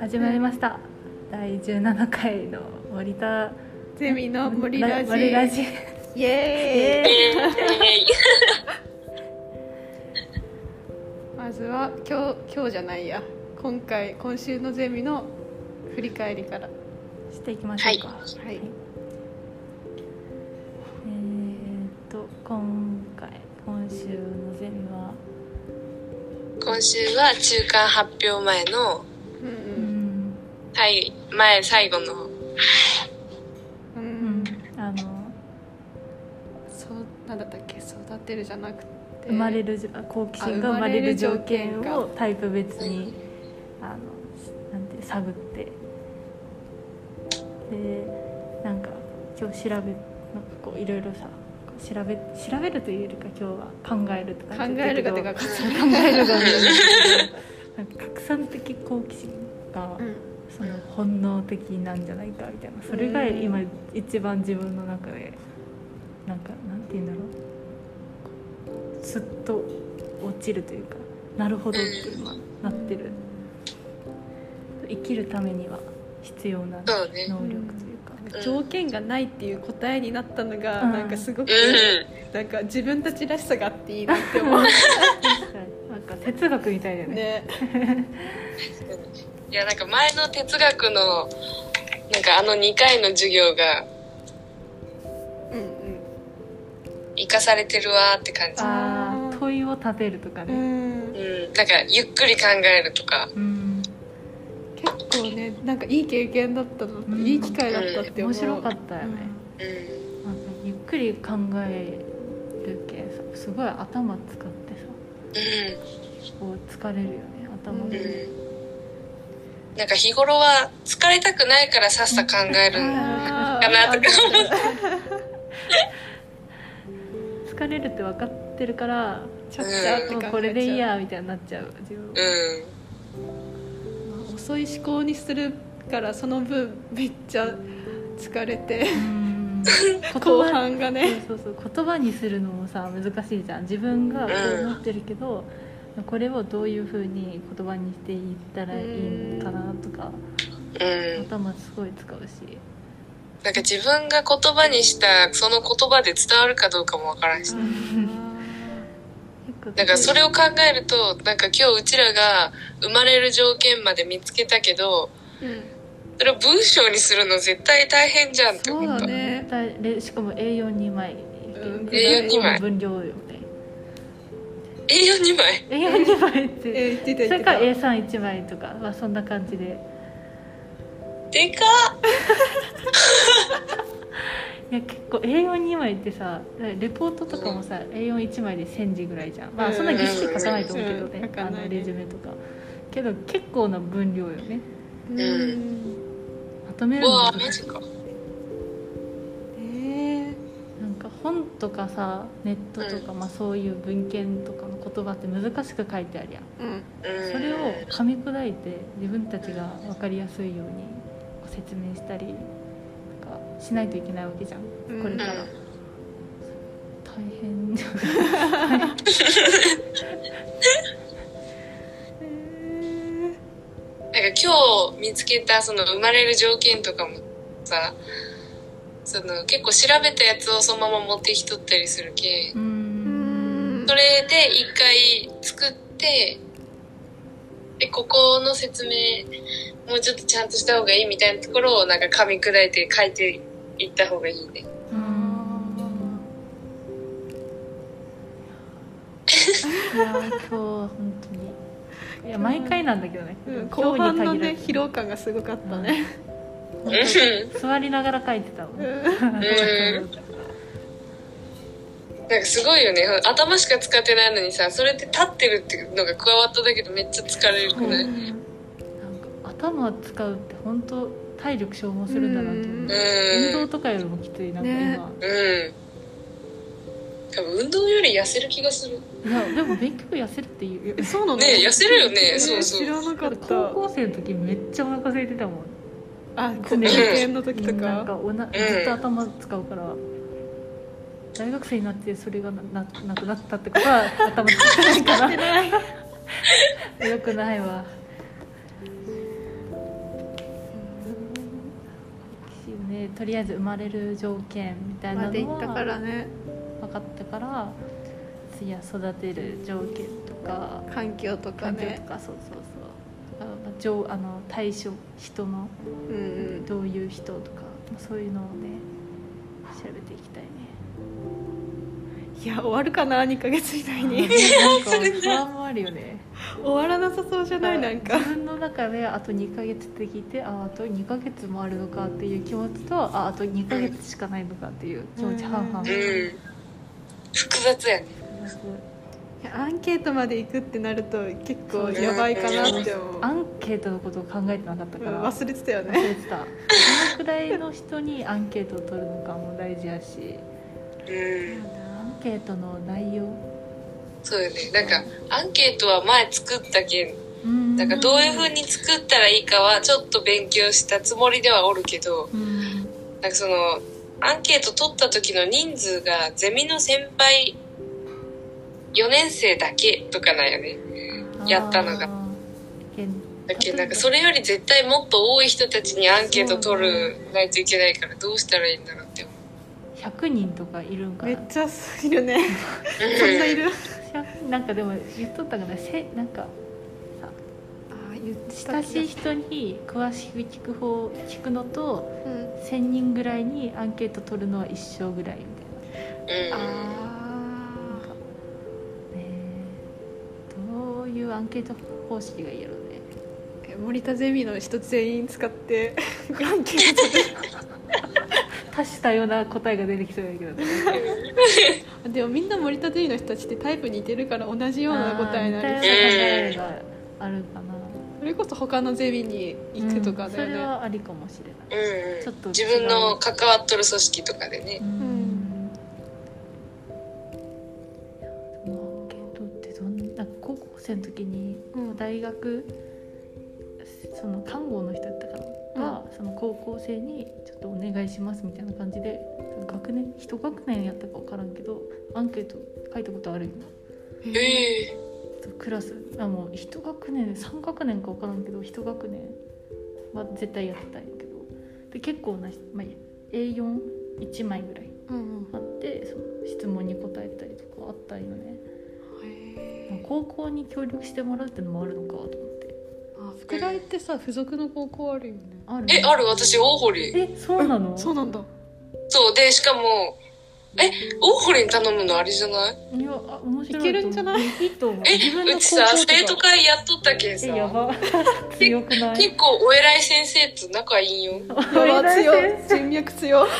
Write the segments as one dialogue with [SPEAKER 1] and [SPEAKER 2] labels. [SPEAKER 1] 始まりました第17回の森田
[SPEAKER 2] ゼミの森ラ
[SPEAKER 1] ラ
[SPEAKER 2] ジ
[SPEAKER 1] 森ラジ
[SPEAKER 2] イエーイまずは今日今日じゃないや今回今週のゼミの振り返りから
[SPEAKER 1] していきましょうか、
[SPEAKER 3] はい
[SPEAKER 2] はい
[SPEAKER 1] えー、っと今回今週のゼミは
[SPEAKER 3] 今週は中間発表前の
[SPEAKER 2] う
[SPEAKER 1] うんん、
[SPEAKER 3] 最前最後の
[SPEAKER 2] うん
[SPEAKER 1] う
[SPEAKER 2] う
[SPEAKER 1] んん、あの
[SPEAKER 2] そうなんだったっけ育てるじゃなくて
[SPEAKER 1] 生まれるじあ好奇心が
[SPEAKER 2] あ
[SPEAKER 1] 生まれる条件
[SPEAKER 2] 生まれる条
[SPEAKER 1] をタイプ別
[SPEAKER 3] う
[SPEAKER 1] にあのなんて探ってでなんか今日調べなんかこういろいろさこう調べ調べるというよりか今日は考えるとか
[SPEAKER 2] 考えるがでかかっ
[SPEAKER 1] 考えるが多いん ですけどなんか拡散的好奇心が
[SPEAKER 2] た、うん、
[SPEAKER 1] その本能的なんじゃないかみたいなそれが今一番自分の中でなんかなんて言うんだろうすっと落ちるというかなるほどって今なってる生きるためには必要な
[SPEAKER 3] そうね
[SPEAKER 1] 能力というか
[SPEAKER 2] 条件がないっていう答えになったのが、
[SPEAKER 1] うん
[SPEAKER 2] なんかすごく、
[SPEAKER 3] う
[SPEAKER 2] なんか自分たちらしさがあっていいなって思う
[SPEAKER 1] 確かになんか哲学みたい だよね
[SPEAKER 2] ね
[SPEAKER 3] んいやなんか前の哲学のなんかあの2回の授業が
[SPEAKER 2] うんうん
[SPEAKER 3] 生かされてるわーって感じ
[SPEAKER 1] ああ問いを立てるとか
[SPEAKER 2] う
[SPEAKER 1] ね
[SPEAKER 2] ん
[SPEAKER 3] うんなんかゆっくり考えるとか
[SPEAKER 1] うん
[SPEAKER 2] 結構ねなんかいい経験だったの、
[SPEAKER 1] うん
[SPEAKER 2] いい機会だったって思う
[SPEAKER 1] 面白かったよね
[SPEAKER 3] うん
[SPEAKER 1] なんかゆっくり考えるけんさすごい頭使ってさこう疲れるよね頭
[SPEAKER 3] うんう
[SPEAKER 1] で、
[SPEAKER 3] んなんか日頃は疲れたくないからさっさ考えるん
[SPEAKER 2] あー
[SPEAKER 3] かなとか
[SPEAKER 1] 疲れるって分かってるから
[SPEAKER 2] ちゃっちゃって
[SPEAKER 1] もう
[SPEAKER 2] 考えちゃう
[SPEAKER 1] これでいいやみたいになっちゃう自分は
[SPEAKER 3] うん
[SPEAKER 2] まあ遅い思考にするからその分めっちゃ疲れて
[SPEAKER 1] うん
[SPEAKER 2] 後半がね
[SPEAKER 1] そうそうそう言葉にするのもさ難しいじゃん自分がこう思ってるけど、これをどういうふうに言葉にしていったらいいのかなとか
[SPEAKER 3] うん
[SPEAKER 1] 頭すごい使うし
[SPEAKER 3] なんか自分が言葉にしたその言葉で伝わるかどうかもわからんしなんかそれを考えるとなんか今日うちらが生まれる条件まで見つけたけど
[SPEAKER 2] うん
[SPEAKER 3] それを文章にするの絶対大変じゃんって
[SPEAKER 2] そう
[SPEAKER 3] 思っ
[SPEAKER 2] だ
[SPEAKER 3] た、
[SPEAKER 2] ね
[SPEAKER 1] でしかも A42 枚
[SPEAKER 2] うん
[SPEAKER 3] A42 枚
[SPEAKER 1] 分量よね
[SPEAKER 3] A42 枚
[SPEAKER 1] A42 枚っ
[SPEAKER 2] え
[SPEAKER 1] て
[SPEAKER 2] ー言って
[SPEAKER 1] そ
[SPEAKER 2] た
[SPEAKER 1] れか
[SPEAKER 2] 言って
[SPEAKER 1] A31 枚とかはそんな感じで
[SPEAKER 3] でかっ
[SPEAKER 1] いや結構 A42 枚ってさレポートとかもさ A41 枚で1000字ぐらいじゃんま
[SPEAKER 2] う
[SPEAKER 1] あ
[SPEAKER 2] ん
[SPEAKER 1] そんなぎっしり書かないと思うけど
[SPEAKER 2] うん書
[SPEAKER 1] ね
[SPEAKER 2] か
[SPEAKER 1] あ
[SPEAKER 2] ない
[SPEAKER 1] の
[SPEAKER 2] ね
[SPEAKER 1] レジュメとかけど結構な分量よね
[SPEAKER 2] たうん
[SPEAKER 1] まとめ
[SPEAKER 3] う
[SPEAKER 1] る
[SPEAKER 3] わ
[SPEAKER 1] の
[SPEAKER 3] ーマジか
[SPEAKER 2] え
[SPEAKER 1] なんか本とかさネットとか、まあ、そういう文献とかの言葉って難しく書いてあるやん
[SPEAKER 2] ーうん
[SPEAKER 3] うん
[SPEAKER 1] それを噛み砕いて自分たちが分かりやすいようにこう説明したりなんかしないといけないわけじゃん
[SPEAKER 2] うん
[SPEAKER 1] これから、
[SPEAKER 3] うん
[SPEAKER 1] 大変
[SPEAKER 2] え
[SPEAKER 3] なんか今日見つけたその生まれる条件とかもさその結構調べたやつをそのまま持ってきとったりするけん
[SPEAKER 1] うーん
[SPEAKER 3] それで一回作ってでここの説明もうちょっとちゃんとした方がいいみたいなところをなんか噛み砕いて書いていった方がいいね
[SPEAKER 1] うーんいやー今日は本当にいや毎回なんだけどね、
[SPEAKER 2] ーうん
[SPEAKER 1] 今
[SPEAKER 2] 後
[SPEAKER 1] 日
[SPEAKER 2] 半
[SPEAKER 1] に
[SPEAKER 2] の
[SPEAKER 1] 限ら
[SPEAKER 2] ね
[SPEAKER 1] ず
[SPEAKER 2] 疲労感がすごかったね
[SPEAKER 1] 本当に座りながら書いてたもん、
[SPEAKER 3] んなんかすごいよね頭しか使ってないのにさそれって立ってるっていうのが加わっただけでめっちゃ疲れるくないうん
[SPEAKER 1] なんか頭使うって本当体力消耗するんだなと思
[SPEAKER 2] う
[SPEAKER 1] っ
[SPEAKER 2] ん
[SPEAKER 1] て運動とかよりもきついなんか
[SPEAKER 2] ね
[SPEAKER 1] 今、
[SPEAKER 3] うん多分運動より痩せる気がする
[SPEAKER 1] いやでも勉強痩せるっていうよ
[SPEAKER 2] えそうなの
[SPEAKER 3] ねえ痩せるよね
[SPEAKER 2] え
[SPEAKER 3] そうそう
[SPEAKER 2] 知らなかっ
[SPEAKER 1] 高
[SPEAKER 2] た
[SPEAKER 1] 校生の時めっちゃお腹空いてたもん
[SPEAKER 2] あ
[SPEAKER 1] 常に
[SPEAKER 2] 受験の時と
[SPEAKER 1] なん
[SPEAKER 2] か
[SPEAKER 1] かおなずっと頭使うから、大学生になってそれがなななくなったってことは頭使ってないから良くないわでとりあえず生まれる条件みたい
[SPEAKER 2] ま
[SPEAKER 1] な
[SPEAKER 2] で
[SPEAKER 1] の
[SPEAKER 2] 行ったから
[SPEAKER 1] は
[SPEAKER 2] ね
[SPEAKER 1] 分かったから次は育てる条件とか
[SPEAKER 2] 環境とか
[SPEAKER 1] 環境と
[SPEAKER 2] ね
[SPEAKER 1] かそうそうそうあまあ上あの対象人の
[SPEAKER 2] うんうん
[SPEAKER 1] どういう人とかまあそういうのをね調べていきたいね。
[SPEAKER 2] いや終わるかな2ヶ月以内に
[SPEAKER 1] なんか不安もあるよね。
[SPEAKER 2] 終わらなさそうじゃないなんか
[SPEAKER 1] 自分の中であと2ヶ月って聞いてああと2ヶ月もあるのかっていう気持ちとああと2ヶ月しかないのかっていう気持ち
[SPEAKER 2] うん
[SPEAKER 1] 半々、
[SPEAKER 3] うん。複雑やね。
[SPEAKER 2] いやアンケートまで行くってなると結構やばいかなって思う
[SPEAKER 1] アンケートのことを考えてなかった
[SPEAKER 2] うん
[SPEAKER 1] から
[SPEAKER 2] 忘れてたよ
[SPEAKER 1] 忘
[SPEAKER 2] ね
[SPEAKER 1] れてたどのくらいの人にアンケートを取るのかも大事やし
[SPEAKER 3] うん。
[SPEAKER 1] アンケートの内容
[SPEAKER 3] そうよね。なんか、アンケートは前作ったけん、
[SPEAKER 1] うん
[SPEAKER 3] なんかどういう風に作ったらいいかはちょっと勉強したつもりではおるけど、
[SPEAKER 1] うん
[SPEAKER 3] なんかその、アンケート取った時の人数がゼミの先輩4年生だけとかなんよね。やったのが
[SPEAKER 1] あーけん
[SPEAKER 3] だけどなんかそれより絶対もっと多い人たちにアンケート取るないといけないからどうしたらいいんだろうって思
[SPEAKER 1] 100人とかいるんか
[SPEAKER 2] め
[SPEAKER 1] な
[SPEAKER 2] っちゃいるね
[SPEAKER 3] う。
[SPEAKER 2] そんないる
[SPEAKER 1] なんかでも言っとったからせなんか
[SPEAKER 2] あ言ってた
[SPEAKER 1] 親しい人に詳しく聞く方聞くのと
[SPEAKER 2] うん
[SPEAKER 1] 1,000人ぐらいにアンケート取るのは一緒ぐらいみた
[SPEAKER 3] うん。
[SPEAKER 2] あー
[SPEAKER 1] いなねえどういうアンケート方式がいいやろね
[SPEAKER 2] え森田ゼミの人全員使 ってアンケー
[SPEAKER 1] 多種多様な答えが出てきそうだけどね
[SPEAKER 2] トでもみんな森田ゼミの人たちってタイプ似てるから同じような答えにな
[SPEAKER 1] あー
[SPEAKER 2] る
[SPEAKER 1] 似たような答えがあるかな、
[SPEAKER 2] それこそ他のゼミに行くとかだ
[SPEAKER 1] う
[SPEAKER 2] よ
[SPEAKER 1] んそれ
[SPEAKER 2] ね、
[SPEAKER 1] はありかもしれない
[SPEAKER 3] うんうん
[SPEAKER 1] ちょっと違う
[SPEAKER 3] 自分の関わっとる組織とかでね
[SPEAKER 1] う、んでもアンケートってどんなんか高校生の時に
[SPEAKER 2] うん
[SPEAKER 1] 大学その看護の人やったかなが、その高校生にちょっとお願いしますみたいな感じで学年一学年やったか分からんけどアンケート書いたことあるよ
[SPEAKER 2] え
[SPEAKER 3] ええ
[SPEAKER 1] クラスあもう一学年3学年か分からんけど一学年は絶対やってたんやけどで結構な、まあ、A41 枚ぐらい
[SPEAKER 2] うんうん
[SPEAKER 1] あってその質問に答えたりとかあったんよね
[SPEAKER 2] へー
[SPEAKER 1] 高校に協力してもらうってのもあるのかと思って
[SPEAKER 2] あ副大ってさ付属の高校あるよね
[SPEAKER 1] ある
[SPEAKER 3] えある私大堀
[SPEAKER 1] えそうなの
[SPEAKER 2] そうなんだ
[SPEAKER 3] そうでしかもえ大堀に頼むのあれじゃない
[SPEAKER 1] いやあ面白い
[SPEAKER 2] いけるんじゃない
[SPEAKER 1] いいと思う
[SPEAKER 3] え
[SPEAKER 1] 自分の
[SPEAKER 3] う
[SPEAKER 1] 高
[SPEAKER 3] ちさ
[SPEAKER 1] 校
[SPEAKER 3] 生
[SPEAKER 1] と
[SPEAKER 3] 徒
[SPEAKER 1] か
[SPEAKER 3] 会やっとったけん
[SPEAKER 1] え
[SPEAKER 3] さ
[SPEAKER 1] や ば強くない
[SPEAKER 3] 結構お偉い先生と仲いいんよ
[SPEAKER 2] やば強
[SPEAKER 1] 強
[SPEAKER 2] い人脈強い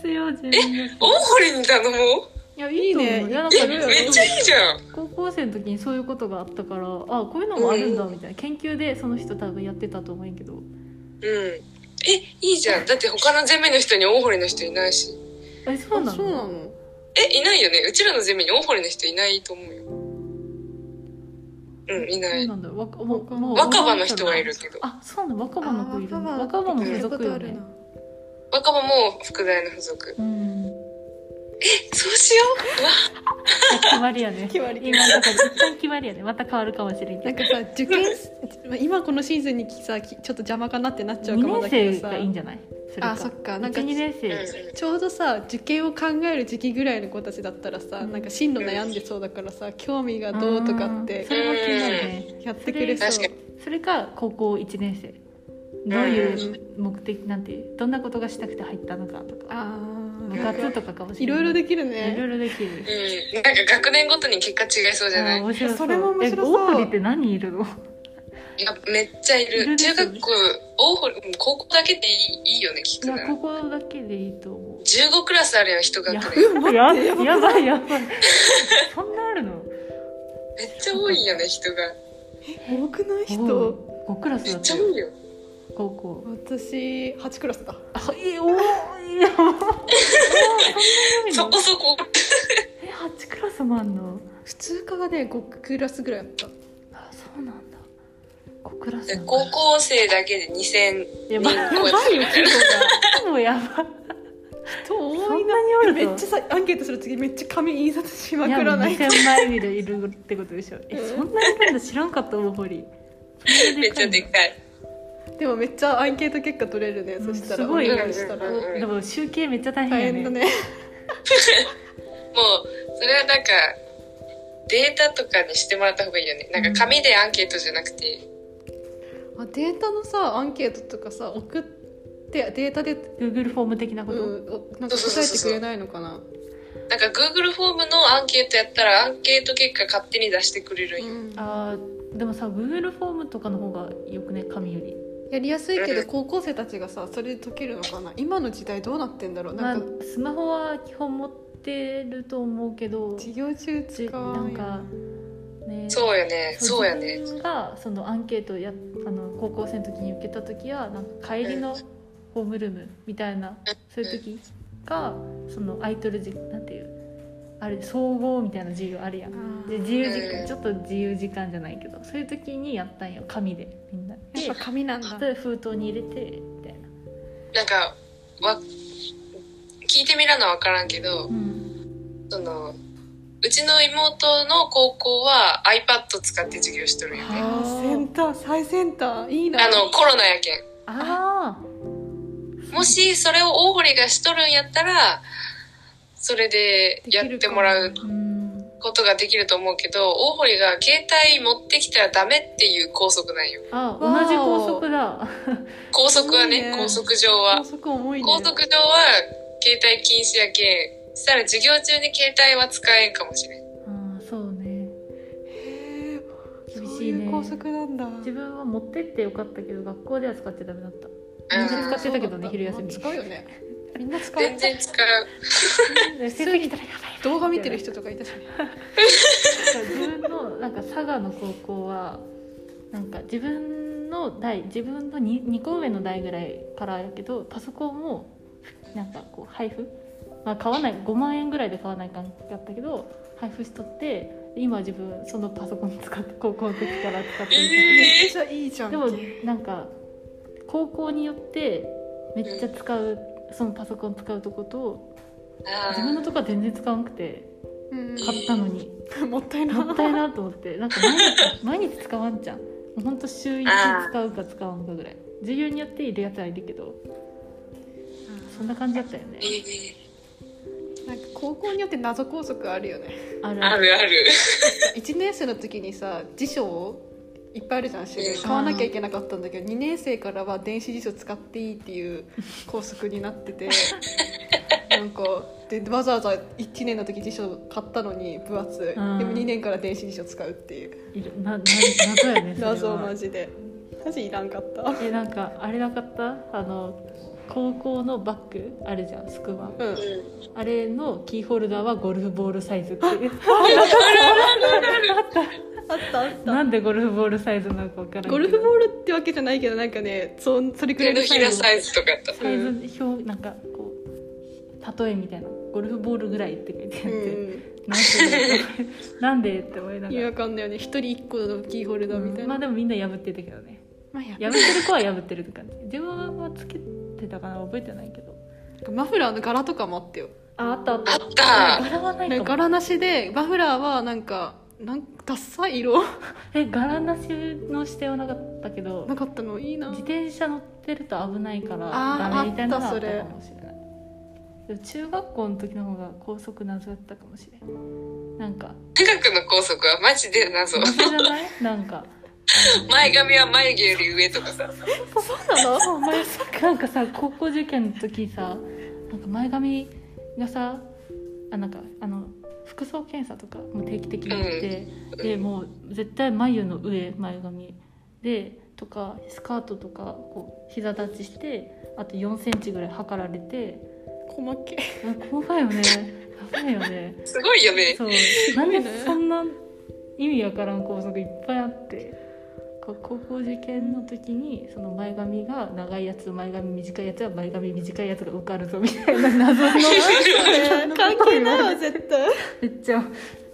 [SPEAKER 1] 強人脈
[SPEAKER 3] 大堀に頼もう
[SPEAKER 1] いやいいと思う
[SPEAKER 2] いいね
[SPEAKER 1] いやなんか
[SPEAKER 3] え
[SPEAKER 2] るよ
[SPEAKER 3] めっちゃいいじゃん
[SPEAKER 1] 高校生の時にそういうことがあったからあこういうのもあるんだみたいな研究でその人多分やってたと思うんやけど
[SPEAKER 3] うんえいいじゃんだって他のゼミの人に大堀の人いないし
[SPEAKER 1] えそうな
[SPEAKER 2] あそうな
[SPEAKER 1] の
[SPEAKER 2] の
[SPEAKER 3] えいないよねうちらのゼミに大堀の人いないと思うようんいな
[SPEAKER 1] そう
[SPEAKER 3] い
[SPEAKER 1] なんだわかもうもう
[SPEAKER 3] 若葉の人はいるけど
[SPEAKER 1] あそうなの若葉の子いる
[SPEAKER 2] あ若
[SPEAKER 1] 若
[SPEAKER 2] 葉
[SPEAKER 1] 葉も付
[SPEAKER 2] 聞いたこ
[SPEAKER 1] 属
[SPEAKER 2] と
[SPEAKER 1] よ
[SPEAKER 2] ある
[SPEAKER 1] ね
[SPEAKER 2] な
[SPEAKER 3] 若葉も副大の付属
[SPEAKER 1] うん
[SPEAKER 3] そうしよううわ
[SPEAKER 1] 決まりやね
[SPEAKER 2] 決まり
[SPEAKER 1] 今だから一旦決まりやねまた変わるかもしれんけ
[SPEAKER 2] なん
[SPEAKER 1] ど
[SPEAKER 2] かさ受験すまあ今このシーズンにきさきちょっと邪魔かなってなっちゃうかも
[SPEAKER 1] 2
[SPEAKER 2] だ
[SPEAKER 1] 年
[SPEAKER 2] け
[SPEAKER 1] 生
[SPEAKER 2] どさ
[SPEAKER 1] がいいんじゃないそれか
[SPEAKER 2] あそっかなんか
[SPEAKER 1] 1 2年生
[SPEAKER 3] うん
[SPEAKER 2] ちょうどさ受験を考える時期ぐらいの子たちだったらさ、
[SPEAKER 1] うん
[SPEAKER 2] なんか進路悩んでそうだからさ興味がどうとかっ
[SPEAKER 1] あー
[SPEAKER 2] て
[SPEAKER 1] それも気になるね
[SPEAKER 2] やってくれそう
[SPEAKER 3] 確か
[SPEAKER 1] それか高校1年生どういう目的なんてどんなことがしたくて入ったのかとか
[SPEAKER 2] あ
[SPEAKER 1] 部
[SPEAKER 2] ー
[SPEAKER 1] 活とかかもし
[SPEAKER 2] い
[SPEAKER 1] れない
[SPEAKER 2] ろいろできる
[SPEAKER 1] いろい
[SPEAKER 2] ね
[SPEAKER 1] ろできる
[SPEAKER 3] うん、なんか学年ごとに結果違いそうじゃ
[SPEAKER 1] あ
[SPEAKER 3] な
[SPEAKER 1] ー
[SPEAKER 3] い
[SPEAKER 1] 面白そう
[SPEAKER 2] それも面白そう
[SPEAKER 1] え大堀って何いるの
[SPEAKER 3] いやめっちゃい
[SPEAKER 1] いる
[SPEAKER 3] る
[SPEAKER 1] でしょ
[SPEAKER 3] 中学大堀うん高校だけでいいいいよね聞
[SPEAKER 1] い
[SPEAKER 3] くな
[SPEAKER 1] や
[SPEAKER 3] ら
[SPEAKER 1] ここだけでいいと思う
[SPEAKER 3] 15クラスあるよ一学
[SPEAKER 1] や
[SPEAKER 3] 年
[SPEAKER 1] ややばいや ばいそんなあるの
[SPEAKER 3] めっちゃ多いよね人が
[SPEAKER 2] 多くない
[SPEAKER 1] お
[SPEAKER 2] 人
[SPEAKER 1] う5クラス
[SPEAKER 3] め
[SPEAKER 1] だ
[SPEAKER 3] っ
[SPEAKER 1] っ
[SPEAKER 3] ち
[SPEAKER 1] た
[SPEAKER 3] ゃ
[SPEAKER 1] よ
[SPEAKER 3] 多いよ
[SPEAKER 1] 高校
[SPEAKER 2] 私8クラスだ
[SPEAKER 1] あえおーいやばいえーそ
[SPEAKER 3] そ
[SPEAKER 1] んなに多い
[SPEAKER 3] こ
[SPEAKER 1] の
[SPEAKER 3] そこ
[SPEAKER 1] え8クラスもあんの
[SPEAKER 2] 普通科がね5クラスぐらいあった
[SPEAKER 1] あそうなんだ5クラス
[SPEAKER 3] え
[SPEAKER 1] なんだ
[SPEAKER 3] 高校生だけで2000
[SPEAKER 1] やばい
[SPEAKER 2] やばいよ人が
[SPEAKER 1] もうやばい
[SPEAKER 2] 人多
[SPEAKER 1] そ
[SPEAKER 2] い
[SPEAKER 1] ん
[SPEAKER 2] な
[SPEAKER 1] なにおる
[SPEAKER 2] めっ
[SPEAKER 1] と
[SPEAKER 2] ちゃさアンケートする時めっちゃ紙印刷しまくらない
[SPEAKER 1] いや2000枚見るいるってことでしょえ
[SPEAKER 2] うん
[SPEAKER 1] そんなにいるんだ知らんかった大堀そんな
[SPEAKER 3] め
[SPEAKER 1] で
[SPEAKER 3] っ
[SPEAKER 1] か
[SPEAKER 3] ちゃ
[SPEAKER 1] いの
[SPEAKER 3] でかい
[SPEAKER 2] でもめっちゃアンケート結果取れるね、そしたら
[SPEAKER 1] すごい
[SPEAKER 2] お願いしたら
[SPEAKER 3] うんうんうん
[SPEAKER 1] でも集計めっちゃ大
[SPEAKER 2] 大
[SPEAKER 1] 変や
[SPEAKER 2] 変
[SPEAKER 1] ね
[SPEAKER 2] だね
[SPEAKER 3] もう、それはなんか、データとかにしてもらった方がいいよね。なんか紙でアンケートじゃなくて、
[SPEAKER 2] あデータのさアンケートとかさ送ってデータで、
[SPEAKER 1] Google フォーム的なこと、
[SPEAKER 2] うんおなんか答えてくれないのかな
[SPEAKER 3] なんか Google フォームのアンケートやったらアンケート結果勝手に出してくれるんよ。
[SPEAKER 2] うん
[SPEAKER 1] あーでもさ Google フォームとかの方がよくね紙より
[SPEAKER 2] やりやすいけど高校生たちがさそれで解けるのかな今の時代どうなってんだろう
[SPEAKER 1] ま
[SPEAKER 2] な
[SPEAKER 1] あ
[SPEAKER 2] んか、
[SPEAKER 1] スマホは基本持ってると思うけど
[SPEAKER 2] 授業中使うよね
[SPEAKER 1] じなんかね
[SPEAKER 3] そうよね、そうやね。
[SPEAKER 1] 自分がそのアンケートをやあの高校生の時に受けた時はなんか帰りのホームルームみたいなそういう時がその空いとる時なんていうあれ総合みたいな授業あるやん
[SPEAKER 2] あ
[SPEAKER 1] で
[SPEAKER 2] ー
[SPEAKER 1] 自由時
[SPEAKER 3] う
[SPEAKER 1] 間
[SPEAKER 3] ん
[SPEAKER 1] ちょっと自由時間じゃないけどそういう時にやったんよ紙でみんなで
[SPEAKER 2] やっぱ紙なんだ
[SPEAKER 1] で封筒に入れてみたいな、
[SPEAKER 3] なんか、わ、聞いてみらなわからんけど
[SPEAKER 1] う、ん、
[SPEAKER 3] その、うちの妹の高校は iPad 使って授業しとるんよね。
[SPEAKER 2] あーセンター最先端いいな
[SPEAKER 3] あの、コロナやけん。
[SPEAKER 1] ああ
[SPEAKER 3] もしそれを大堀がしとるんやったら、それでやってもらう
[SPEAKER 1] うん
[SPEAKER 3] ことができると思うけど、大堀が携帯持ってきたらダメっていう校則なんよ。
[SPEAKER 1] あ
[SPEAKER 2] わー
[SPEAKER 1] 同じ校則だ
[SPEAKER 3] 校則はね、
[SPEAKER 2] すごいね
[SPEAKER 3] 校則上は
[SPEAKER 2] 高。速重いね
[SPEAKER 3] 校則上は携帯禁止やけん、したら授業中に携帯は使えんかもしれん。
[SPEAKER 1] あーそうね
[SPEAKER 2] へー
[SPEAKER 1] 厳
[SPEAKER 2] そう
[SPEAKER 1] しいね
[SPEAKER 2] いう高速なんだ
[SPEAKER 1] 自分は持ってってよかったけど学校では使っちゃダメだった
[SPEAKER 3] う
[SPEAKER 1] みん
[SPEAKER 3] ん
[SPEAKER 1] な使ってたけどね昼休み
[SPEAKER 2] まあ使うよねみんな使う
[SPEAKER 3] 全然使う。
[SPEAKER 1] で成績出たらやばい
[SPEAKER 2] 動画見てる人とかいたし
[SPEAKER 1] 自分のなんか佐賀の高校はなんか自分の代自分の 2, 2個上の代ぐらいからやけどパソコンもなんかこう配布、まあ、買わない5万円ぐらいで買わないかんやったけど配布しとって今自分そのパソコン使って高校の時から使ってる
[SPEAKER 2] めっちゃいいじゃん
[SPEAKER 1] でもなんか高校によってめっちゃ使うそのパソコン使うとこと
[SPEAKER 3] あ
[SPEAKER 1] 自分のとこは全然使わなくて
[SPEAKER 2] うん
[SPEAKER 1] 買ったのに。
[SPEAKER 2] もったい
[SPEAKER 1] もっ
[SPEAKER 2] な
[SPEAKER 1] たいなと思ってなんか毎日 毎日使わんじゃんもうほんと週1使うか使わんかぐらい授業によっているやつはいるけど そんな感じだったよね
[SPEAKER 3] ーいいね
[SPEAKER 2] なんか高校によって謎校則あるよね
[SPEAKER 1] ある
[SPEAKER 3] あるある。
[SPEAKER 2] 1年生の時にさ辞書をいっぱいあるじゃん種類
[SPEAKER 3] うん
[SPEAKER 2] 買わなきゃいけなかったんだけど2年生からは電子辞書使っていいっていう校則になっててなんかでわざわざ1年の時辞書買ったのに分厚いで
[SPEAKER 1] うん
[SPEAKER 2] も2年から電子辞書使うっていう
[SPEAKER 1] いるなな謎やねそれは
[SPEAKER 2] 謎マジでマジいらんかった
[SPEAKER 1] えなんかあれなかったあの高校のバッグあるじゃんスクワ
[SPEAKER 2] うん
[SPEAKER 3] うん。
[SPEAKER 1] あれのキーホルダーはゴルフボールサイズっていう
[SPEAKER 2] あったあった
[SPEAKER 1] なんでゴルフボールサイズなのか分からんけど
[SPEAKER 2] ゴルフボールってわけじゃないけどなんかねそんそれくら
[SPEAKER 3] 手
[SPEAKER 2] い
[SPEAKER 3] の
[SPEAKER 2] の
[SPEAKER 3] ひらサイズとかやった。
[SPEAKER 1] サイズ表なんかこう例えみたいなゴルフボールぐらいって書いてあっ
[SPEAKER 2] う
[SPEAKER 1] て、
[SPEAKER 2] ん
[SPEAKER 1] なんでなんでって思いなが
[SPEAKER 2] 意味
[SPEAKER 1] ら
[SPEAKER 2] わかんないよね一人一個のキーホルダーみたい
[SPEAKER 1] まあで
[SPEAKER 2] な、
[SPEAKER 1] もみんな破ってたけどね
[SPEAKER 2] まあや
[SPEAKER 1] 破ってる子は破ってるって感じ自分はつけてたかな覚えてないけど
[SPEAKER 2] マフラーの柄とかもあったよ
[SPEAKER 1] ああったあった
[SPEAKER 3] あった
[SPEAKER 1] 柄はない
[SPEAKER 2] ね
[SPEAKER 1] かも
[SPEAKER 2] 柄なしでマフラーはなんかなんダッサい色
[SPEAKER 1] え柄なしの指定はなかったけど
[SPEAKER 2] なかったのいいな
[SPEAKER 1] 自転車乗ってると危ないから
[SPEAKER 2] あー
[SPEAKER 1] ダメみたいなのが
[SPEAKER 2] あ
[SPEAKER 1] あ
[SPEAKER 2] っ
[SPEAKER 1] ったたかもしれないでも中学校の時の方が高速謎だったかもしれんなんか
[SPEAKER 3] 科学の校則はマジで謎
[SPEAKER 1] 謎。じゃ ないなんか
[SPEAKER 3] 前髪は眉毛より上とかさ。
[SPEAKER 2] そうなの
[SPEAKER 1] お前さなんかさ高校受験の時さなんか前髪がさあなんかあの服装検査とかも定期的に行って、でもう絶対眉の上前髪でとかスカートとかこう膝立ちしてあと4センチぐらい測られて
[SPEAKER 2] 細け
[SPEAKER 1] なんか細かいよねやばいよね
[SPEAKER 3] すごいよね。
[SPEAKER 1] そうなんでそんな意味わからん校則いっぱいあってこう高校受験の時にその前髪が長いやつ前髪短いやつは前髪短いやつが受かるぞみたいな謎 の
[SPEAKER 2] 関係ないわ絶対
[SPEAKER 1] めっちゃ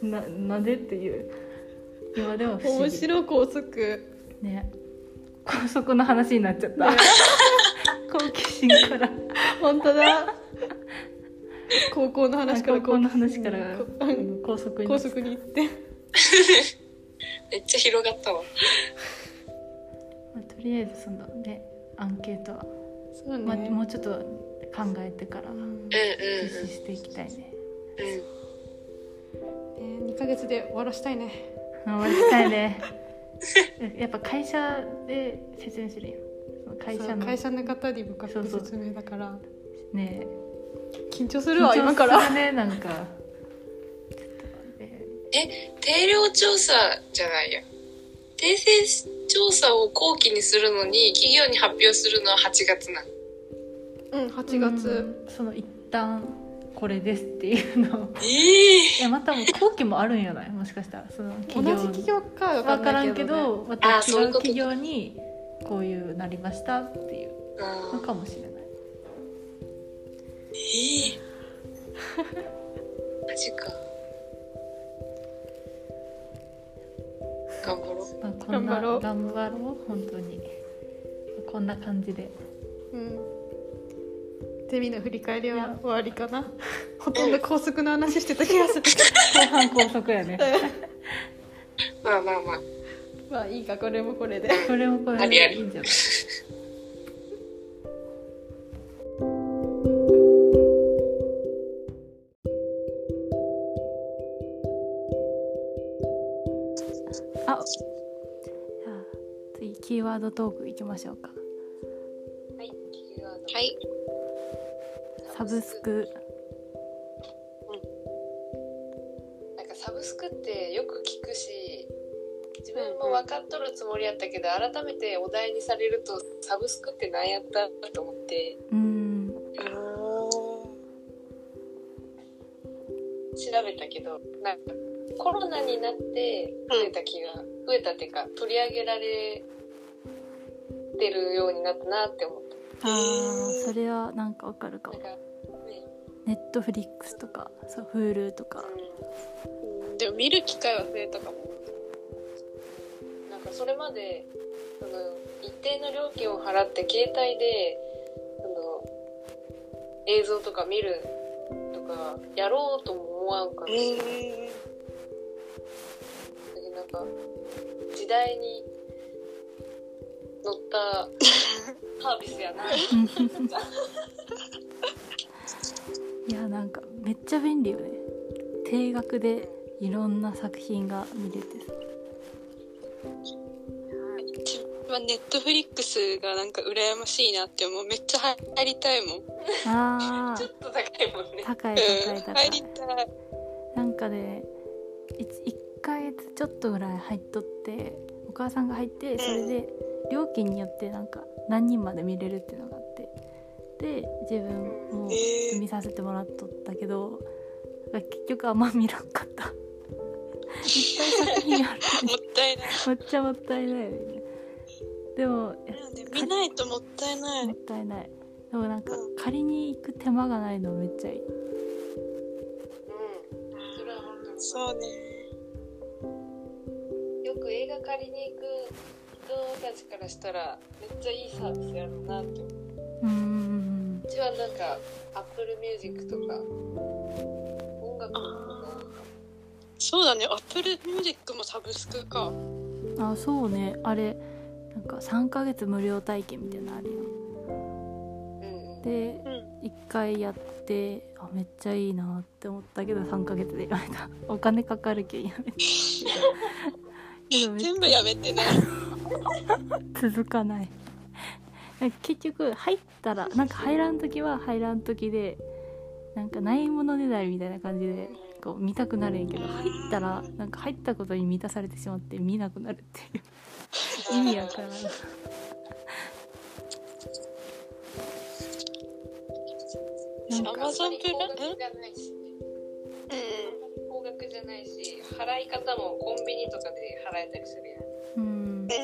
[SPEAKER 1] ななんでっていう今では不思
[SPEAKER 2] 面
[SPEAKER 1] 議
[SPEAKER 2] 白い校則
[SPEAKER 1] ね校則の話になっちゃった、 好奇心から
[SPEAKER 2] 本当だ高校の話から
[SPEAKER 1] 高校の話から
[SPEAKER 2] うん
[SPEAKER 1] 校則に
[SPEAKER 2] 高速に行って
[SPEAKER 3] めっちゃ広がったわ。
[SPEAKER 1] まあとりあえずそのねアンケートは、
[SPEAKER 2] そう
[SPEAKER 1] まあ、
[SPEAKER 2] ね、
[SPEAKER 1] もうちょっと考えてから
[SPEAKER 2] うん
[SPEAKER 3] うん
[SPEAKER 1] 実施していきたいね
[SPEAKER 3] うんうん。
[SPEAKER 2] えー、2ヶ月で終わらしたいね
[SPEAKER 1] 終わりたいね やっぱ会社で説明するよその会社
[SPEAKER 2] そう
[SPEAKER 1] の
[SPEAKER 2] 会社の方に向かっ
[SPEAKER 1] そう
[SPEAKER 2] て
[SPEAKER 1] そう
[SPEAKER 2] 説明だから
[SPEAKER 1] ねえ
[SPEAKER 2] 緊張す
[SPEAKER 1] 緊
[SPEAKER 2] るわ
[SPEAKER 1] 張
[SPEAKER 2] 今から
[SPEAKER 1] するねなんかちょっと待って
[SPEAKER 3] 定量調査じゃないや。定性調査を後期にするのに、企業に発表するのは8月なの。
[SPEAKER 2] うん8月、
[SPEAKER 1] うんその一旦これですっていうのを
[SPEAKER 3] ええ
[SPEAKER 1] いやまたもう後期もあるんやないもしかしたらその企業
[SPEAKER 2] 同じ企業かわ
[SPEAKER 1] 分からんけ
[SPEAKER 2] ね
[SPEAKER 1] どま
[SPEAKER 3] あ
[SPEAKER 1] た
[SPEAKER 3] ーそ
[SPEAKER 1] 違
[SPEAKER 3] ういううこと
[SPEAKER 1] 企業にこういうなりましたっていうのかもしれない
[SPEAKER 3] ええマジか。頑張ろう。
[SPEAKER 1] まあこんな
[SPEAKER 2] 頑張ろう
[SPEAKER 1] 頑張ろう本当にこんな感じ で
[SPEAKER 2] うんゼミの振り返り
[SPEAKER 1] い
[SPEAKER 2] は
[SPEAKER 1] や
[SPEAKER 2] 終わりか なほとんど校則の話してた気がする
[SPEAKER 1] 後半高速やね
[SPEAKER 3] まあまあまあ。
[SPEAKER 2] まあいいかこれもこれで
[SPEAKER 1] これもこれ
[SPEAKER 3] ありあ
[SPEAKER 1] で
[SPEAKER 3] り
[SPEAKER 1] いいんじゃないあじゃあ次キーワードトークいきましょうか
[SPEAKER 3] はい。はい。
[SPEAKER 1] サブスク
[SPEAKER 3] なんかサブスクってよく聞くし自分も分かっとるつもりやったけど改めてお題にされるとサブスクって何やったと思って
[SPEAKER 1] うん
[SPEAKER 3] 調べたけどなんかコロナになって増えた気が、増えたっていうか取り上げられてるようになったなって思った
[SPEAKER 1] あーそれはなんかわかるか
[SPEAKER 3] なん
[SPEAKER 1] も
[SPEAKER 3] か、ね
[SPEAKER 1] ネットフリックスとかそう Hulu とか
[SPEAKER 3] うん、でも見る機会は増えたかもなんかそれまでその一定の料金を払って携帯でその映像とか見るとかやろうとも思わんかったし、なんか時代に乗ったサービスやな
[SPEAKER 1] うんいやなんかめっちゃ便利よね定額でいろんな作品が見れてさ
[SPEAKER 4] 自分はネットフリックスがなんか羨ましいなって思うめっちゃ入りたいもん、うん、
[SPEAKER 1] あ
[SPEAKER 3] ちょっ
[SPEAKER 1] ー
[SPEAKER 3] と高いもんね
[SPEAKER 1] 高い高い高
[SPEAKER 4] 入り
[SPEAKER 1] い
[SPEAKER 4] たい
[SPEAKER 1] なんかね 1, ヶ月ちょっとぐらい入っとってお母さんが入ってそれで料金によってなんか何人まで見れるっていうのがあってで自分も
[SPEAKER 4] えー
[SPEAKER 1] 見させてもらっとったけどなんか結局あんま見らんかった いっぱい作品ある
[SPEAKER 4] もったいない
[SPEAKER 1] めっちゃもったいないよねでもいや
[SPEAKER 4] なんで見ないともったいない
[SPEAKER 1] もったいないでもなんか借りに行く手間がないのめっちゃいい
[SPEAKER 3] うんそれは本当に
[SPEAKER 4] そうね
[SPEAKER 3] よく映画借りに行く人たちからしたらめっちゃいいサービスやろうなって思う
[SPEAKER 1] うん
[SPEAKER 3] うちはなんか Apple Music とか音楽とか
[SPEAKER 4] そうだねアップルミュージックもサブスクか
[SPEAKER 1] あそうねあれなんか3ヶ月無料体験みたいなのあるよ
[SPEAKER 3] うんうん
[SPEAKER 1] で
[SPEAKER 4] うん
[SPEAKER 1] 1回やってあめっちゃいいなって思ったけど3ヶ月でやめたお金かかるけんや めたけどめっちゃ
[SPEAKER 4] 全部やめてね
[SPEAKER 1] 続かないなんか結局入ったらなんか入らん時は入らん時でなんかないものねだりみたいな感じでこう見たくなるんやけど入ったらなんか入ったことに満たされてしまって見なくなるっていう 意味やからんなんか
[SPEAKER 4] アマゾンプラ
[SPEAKER 3] 高額じゃないし高額じゃないし払い方もコンビニとかで払えたりするやん
[SPEAKER 1] うん
[SPEAKER 4] う
[SPEAKER 3] だ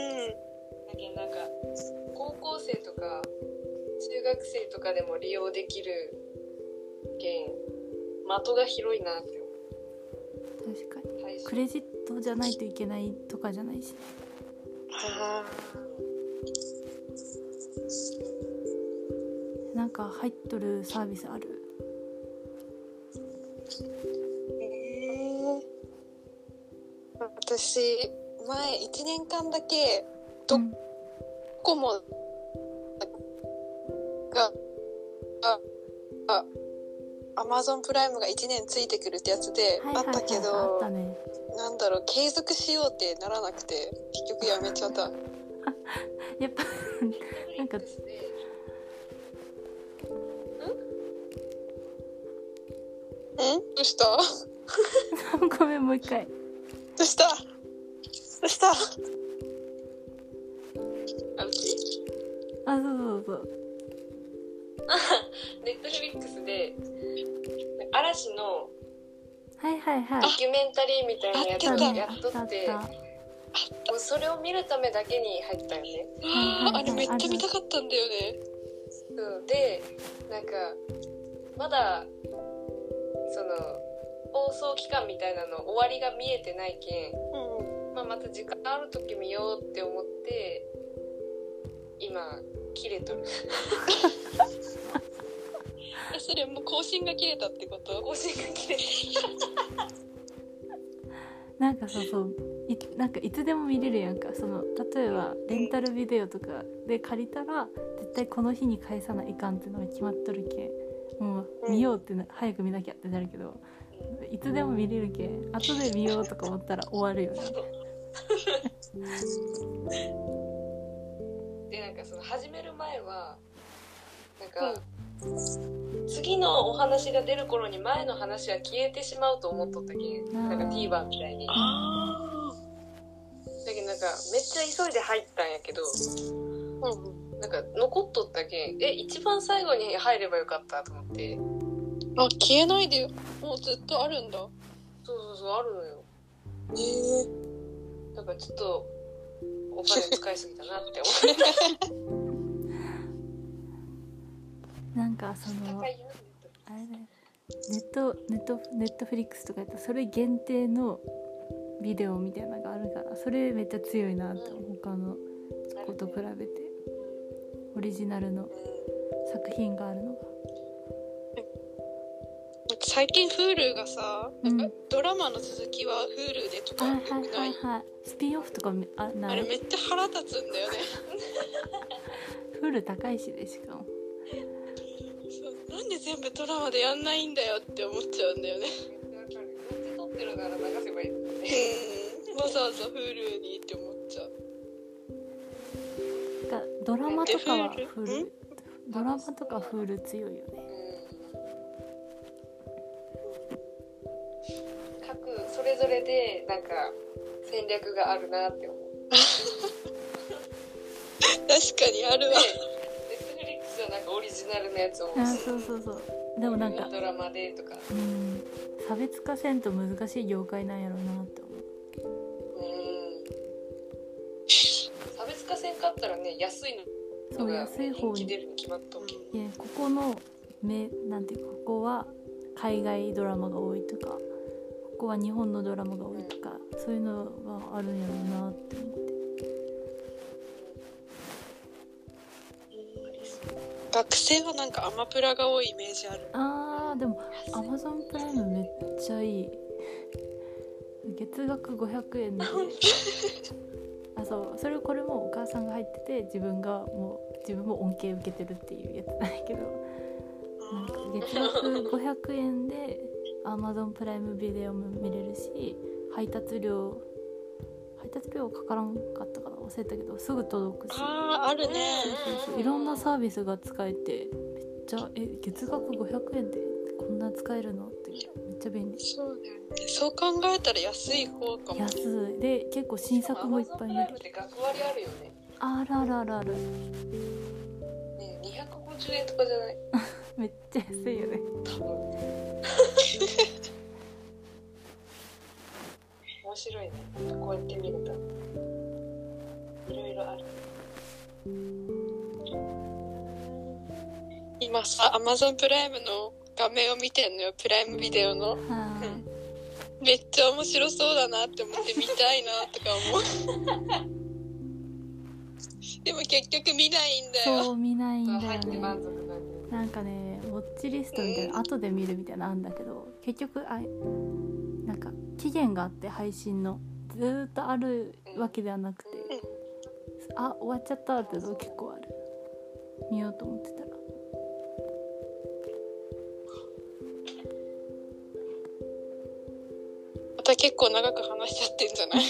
[SPEAKER 3] けどなんか高校生とか中学生とかでも利用できるけん的が広いなって思
[SPEAKER 1] 確かに
[SPEAKER 3] う最初
[SPEAKER 1] クレジットじゃないといけないとかじゃないしなんか入っとるサービスある
[SPEAKER 4] んえー私前1年間だけドコモだマゾンプライムが1年ついてくるってやつで、
[SPEAKER 1] はいはいはい
[SPEAKER 4] あったけど、
[SPEAKER 1] あったね
[SPEAKER 4] なんだろう継続しようってならなくて結局やめちゃった
[SPEAKER 1] やっぱ なんか
[SPEAKER 4] んどうしたど
[SPEAKER 1] ごめんもう一回
[SPEAKER 4] うしたどうした
[SPEAKER 3] あうち
[SPEAKER 1] あそうそうそう
[SPEAKER 3] ネットフリックスで嵐の
[SPEAKER 1] はいはいはい
[SPEAKER 3] ドキュメンタリーみたいなやつ
[SPEAKER 4] あ
[SPEAKER 1] あった
[SPEAKER 3] を
[SPEAKER 4] っ
[SPEAKER 1] た
[SPEAKER 4] ね
[SPEAKER 1] ね
[SPEAKER 3] や
[SPEAKER 1] あ
[SPEAKER 3] っ
[SPEAKER 1] っ
[SPEAKER 3] と
[SPEAKER 1] たあ
[SPEAKER 3] っ
[SPEAKER 1] ってた
[SPEAKER 3] もうそれを見るためだけに入ったよね
[SPEAKER 1] はい
[SPEAKER 4] あれめっちゃ見たかったんだよね
[SPEAKER 3] そうでなんかまだその放送期間みたいなの終わりが見えてないけ
[SPEAKER 4] うん
[SPEAKER 3] ん、まあ、また時間ある時見ようって思って今切れとる
[SPEAKER 4] えそれもう更新が切れたってこと
[SPEAKER 3] 更新が切れて
[SPEAKER 1] なんかそうそういなんかいつでも見れるやんかその例えばレンタルビデオとかで借りたら絶対この日に返さないかんってのが決まっとるけんもう見ようってな早く見なきゃってなるけどいつでも見れるけん後で見ようとか思ったら終わるよね
[SPEAKER 3] でなんかその始める前はなんか、次のお話が出る頃に前の話は消えてしまうと思っとったけんなんか
[SPEAKER 1] あー
[SPEAKER 3] TVer みたいにだ
[SPEAKER 4] あ
[SPEAKER 3] けどなんかめっちゃ急いで入ったんやけど
[SPEAKER 4] あうん
[SPEAKER 3] なんか残っとったけんえ一番最後に入ればよかったと思って
[SPEAKER 4] あ消えないでもうずっとあるんだ
[SPEAKER 3] そうそうそうあるのよ
[SPEAKER 4] ええ
[SPEAKER 3] だからちょっとお金使いすぎたなって思って
[SPEAKER 1] なんか その
[SPEAKER 3] 高いよ
[SPEAKER 1] あれだよネットネットネットフリックスとかやったらそれ限定のビデオみたいなのがあるからそれめっちゃ強いなって思う他のそこと比べてオリジナルの作品があるのが
[SPEAKER 4] なんか最近 Hulu がさ、
[SPEAKER 1] うん
[SPEAKER 4] なんかドラマの続きは Hulu でとか
[SPEAKER 1] はい
[SPEAKER 4] よ
[SPEAKER 1] は
[SPEAKER 4] く
[SPEAKER 1] い
[SPEAKER 4] な
[SPEAKER 1] はいいはいスピンオフとかめあな
[SPEAKER 4] あれ
[SPEAKER 1] い
[SPEAKER 4] めっちゃ腹立つんだよね
[SPEAKER 1] フル高いしでしかも
[SPEAKER 4] そうなんで全部ドラマでやんないんだよって思っちゃうんだよね
[SPEAKER 3] めっちゃわかるめっちゃ撮ってるなら流せばいいのにね
[SPEAKER 4] うんわざわざ Hulu にって思っちゃう
[SPEAKER 1] がドラマとかは
[SPEAKER 4] え
[SPEAKER 1] フ
[SPEAKER 4] Hulu？
[SPEAKER 1] ルドラマとかフル強いよね
[SPEAKER 3] うん各それぞれでなんか戦略があるなって思う
[SPEAKER 4] 確かにある
[SPEAKER 3] ネ
[SPEAKER 4] わ
[SPEAKER 3] ットフリックスはなんかオリジナルのやつを
[SPEAKER 1] あそうそうそうでもなんか
[SPEAKER 3] ドラマでとか
[SPEAKER 1] うん差別化せんと難しい業界なんやろうなって思う
[SPEAKER 3] うん差別化せんかったらね安い
[SPEAKER 1] そ
[SPEAKER 3] の
[SPEAKER 1] う
[SPEAKER 3] が
[SPEAKER 1] 安い
[SPEAKER 3] 人
[SPEAKER 1] 方
[SPEAKER 3] 気
[SPEAKER 1] に
[SPEAKER 3] 出るに決まったわけ
[SPEAKER 1] いやここのめなんていうかここは海外ドラマが多いとかここは日本のドラマが多いとか、そういうのがあるんやろうなって思って
[SPEAKER 4] 学生はなんかアマプラが多いイメージある
[SPEAKER 1] あーでもアマゾンプライムめっちゃいい月額500円で あそうそれこれもお母さんが入ってて自分がもう自分も恩恵受けてるっていうやつなんやけどなんか月額500円で Amazon プライムビデオも見れるし配達料配達料かからんかったかな忘れたけどすぐ届くし
[SPEAKER 4] あーあるね
[SPEAKER 1] そうそうそういろんなサービスが使えてめっちゃえ月額500円でこんな使えるのっていうめっちゃ便利
[SPEAKER 4] そうだよねそう考えたら安い方かもね
[SPEAKER 1] 安いで結構新作もいっぱい見れ
[SPEAKER 3] Amazon プライムっ
[SPEAKER 1] る
[SPEAKER 3] て学割あるよね
[SPEAKER 1] あるあるあるある
[SPEAKER 3] ね250円とかじゃない
[SPEAKER 1] めっちゃ安いよね
[SPEAKER 3] 多分面白いねこうやって見るといろいろある
[SPEAKER 4] 今さアマゾンプライムの画面を見てんのよプライムビデオの
[SPEAKER 1] あー
[SPEAKER 4] めっちゃ面白そうだなって思って見たいなとか思 うでも結局見ないんだよ
[SPEAKER 1] そう見ないんだ
[SPEAKER 3] 入
[SPEAKER 1] よ
[SPEAKER 3] って
[SPEAKER 1] ね
[SPEAKER 3] 満足なんで
[SPEAKER 1] なんかねウォッチリストみたいな後で見るみたいなのあんだけど結局あなんか期限があって配信のずーっとあるわけではなくてあ終わっちゃったっての結構ある見ようと思ってたら
[SPEAKER 3] さ結構長く話しちゃってんじゃない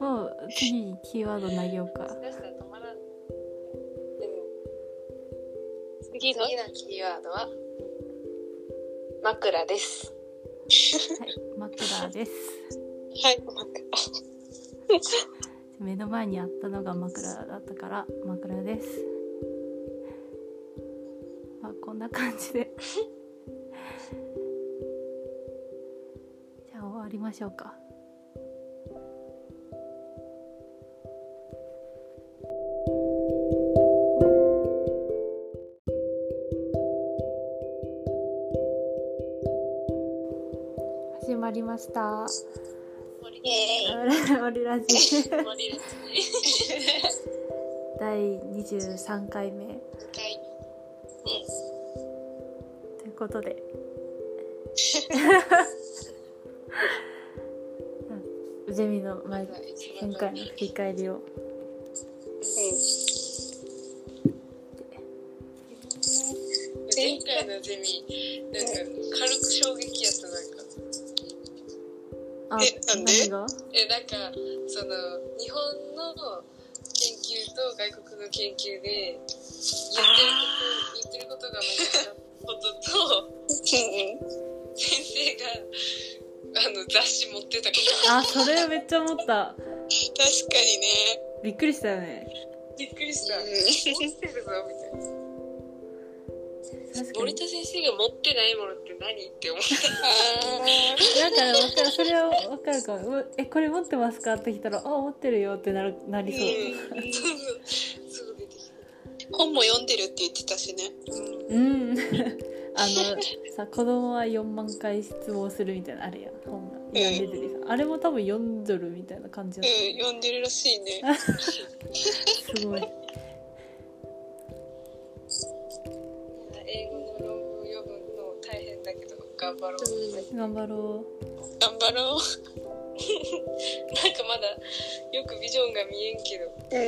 [SPEAKER 1] もう次キーワード投げようか
[SPEAKER 5] し出したら止まらん
[SPEAKER 3] でも次の
[SPEAKER 5] 次のキーワードは枕です
[SPEAKER 1] はい、枕です。
[SPEAKER 3] はいなんか
[SPEAKER 1] 目の前にあったのが枕だったから枕です。 まあこんな感じで。 じゃあ終わりましょうか。始まりました。
[SPEAKER 3] 森
[SPEAKER 1] オリラジ
[SPEAKER 3] 森ですね
[SPEAKER 1] 第23回目
[SPEAKER 3] はい
[SPEAKER 1] ということ でうんジェミの前前回の振り返りを
[SPEAKER 3] 前回のゼミなんか軽く衝撃やったなんか
[SPEAKER 1] あ
[SPEAKER 3] えなんで
[SPEAKER 1] 何が
[SPEAKER 3] えなんかその日本の研究と外国の研究で言ってること言ってることが間違ったことと先生があの雑誌持ってたこと
[SPEAKER 1] あそれめっちゃ思った
[SPEAKER 3] 確かにね
[SPEAKER 1] びっくりしたよね
[SPEAKER 3] びっくりした、持ってるぞみたいな
[SPEAKER 1] 確か
[SPEAKER 3] 森
[SPEAKER 1] に
[SPEAKER 3] 田先生が持ってないものって何って思った
[SPEAKER 1] だから分かるそれは分かるかもうえこれ持ってますかって来たらあ持ってるよってなるなりそ
[SPEAKER 3] そう出てきた本も読んでるって言ってたしね、
[SPEAKER 1] ううんあのさ子供は4万回質問するみたいなのあるやん本が今出てるさあれも多分読んどるみたいな感じだっ
[SPEAKER 3] うん、読んでるらしいね。
[SPEAKER 1] たすごい
[SPEAKER 3] 英語の論文読むの大変だけど頑張ろう。
[SPEAKER 1] 頑張ろう
[SPEAKER 3] 頑張ろう。なんかまだよくビジョンが見えんけど。